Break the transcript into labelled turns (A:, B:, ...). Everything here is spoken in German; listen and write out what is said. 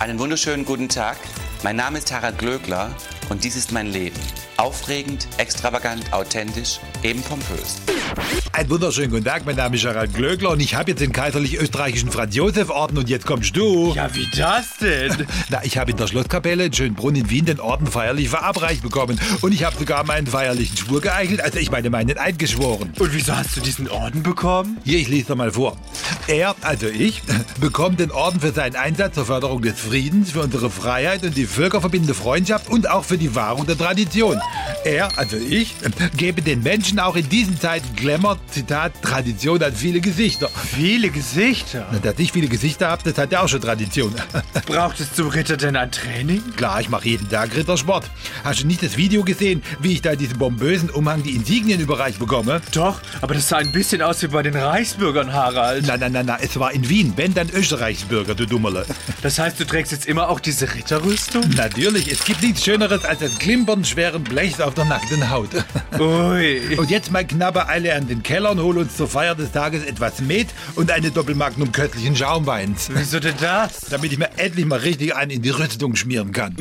A: Einen wunderschönen guten Tag. Mein Name ist Harald Glöckler und dies ist mein Leben. Aufregend, extravagant, authentisch, eben pompös.
B: Einen wunderschönen guten Tag, mein Name ist Gerald Glöckler und ich habe jetzt den kaiserlich-österreichischen Franz-Josef-Orden und jetzt kommst du.
C: Ja, wie das denn?
B: Na, ich habe in der Schlosskapelle in Schönbrunn in Wien den Orden feierlich verabreicht bekommen und ich habe sogar meinen feierlichen Schwur geeignet, also ich meine meinen Eidgeschworen.
C: Und wieso hast du diesen Orden bekommen?
B: Hier, ich lese doch mal vor. Er, also ich, bekommt den Orden für seinen Einsatz zur Förderung des Friedens, für unsere Freiheit und die völkerverbindende Freundschaft und auch für die Wahrung der Tradition. Er, also ich, gebe den Menschen auch in diesen Zeiten Glamour, Zitat, Tradition hat viele Gesichter.
C: Viele Gesichter.
B: Na, Dass ich viele Gesichter habe, das hat ja auch schon Tradition.
C: Braucht es zum Ritter denn ein Training?
B: Klar, ich mache jeden Tag Rittersport. Hast du nicht das Video gesehen, wie ich da diesen bombösen Umhang die Insignien überreicht bekomme?
C: Doch, aber das sah ein bisschen aus wie bei den Reichsbürgern, Harald.
B: Na, na, na, na, es war in Wien, wenn dann Österreichsbürger, du Dummerle.
C: Das heißt, du trägst jetzt immer auch diese Ritterrüstung?
B: Natürlich, es gibt nichts Schöneres als das Klimpern schweren Blechs auf der nackten Haut.
C: Ui.
B: Und jetzt, mein Knabber, eile an den Keller und hol uns zur Feier des Tages etwas Met und eine Doppelmagnum köstlichen Schaumweins.
C: Wieso denn das?
B: Damit ich mir endlich mal richtig einen in die Rüstung schmieren kann.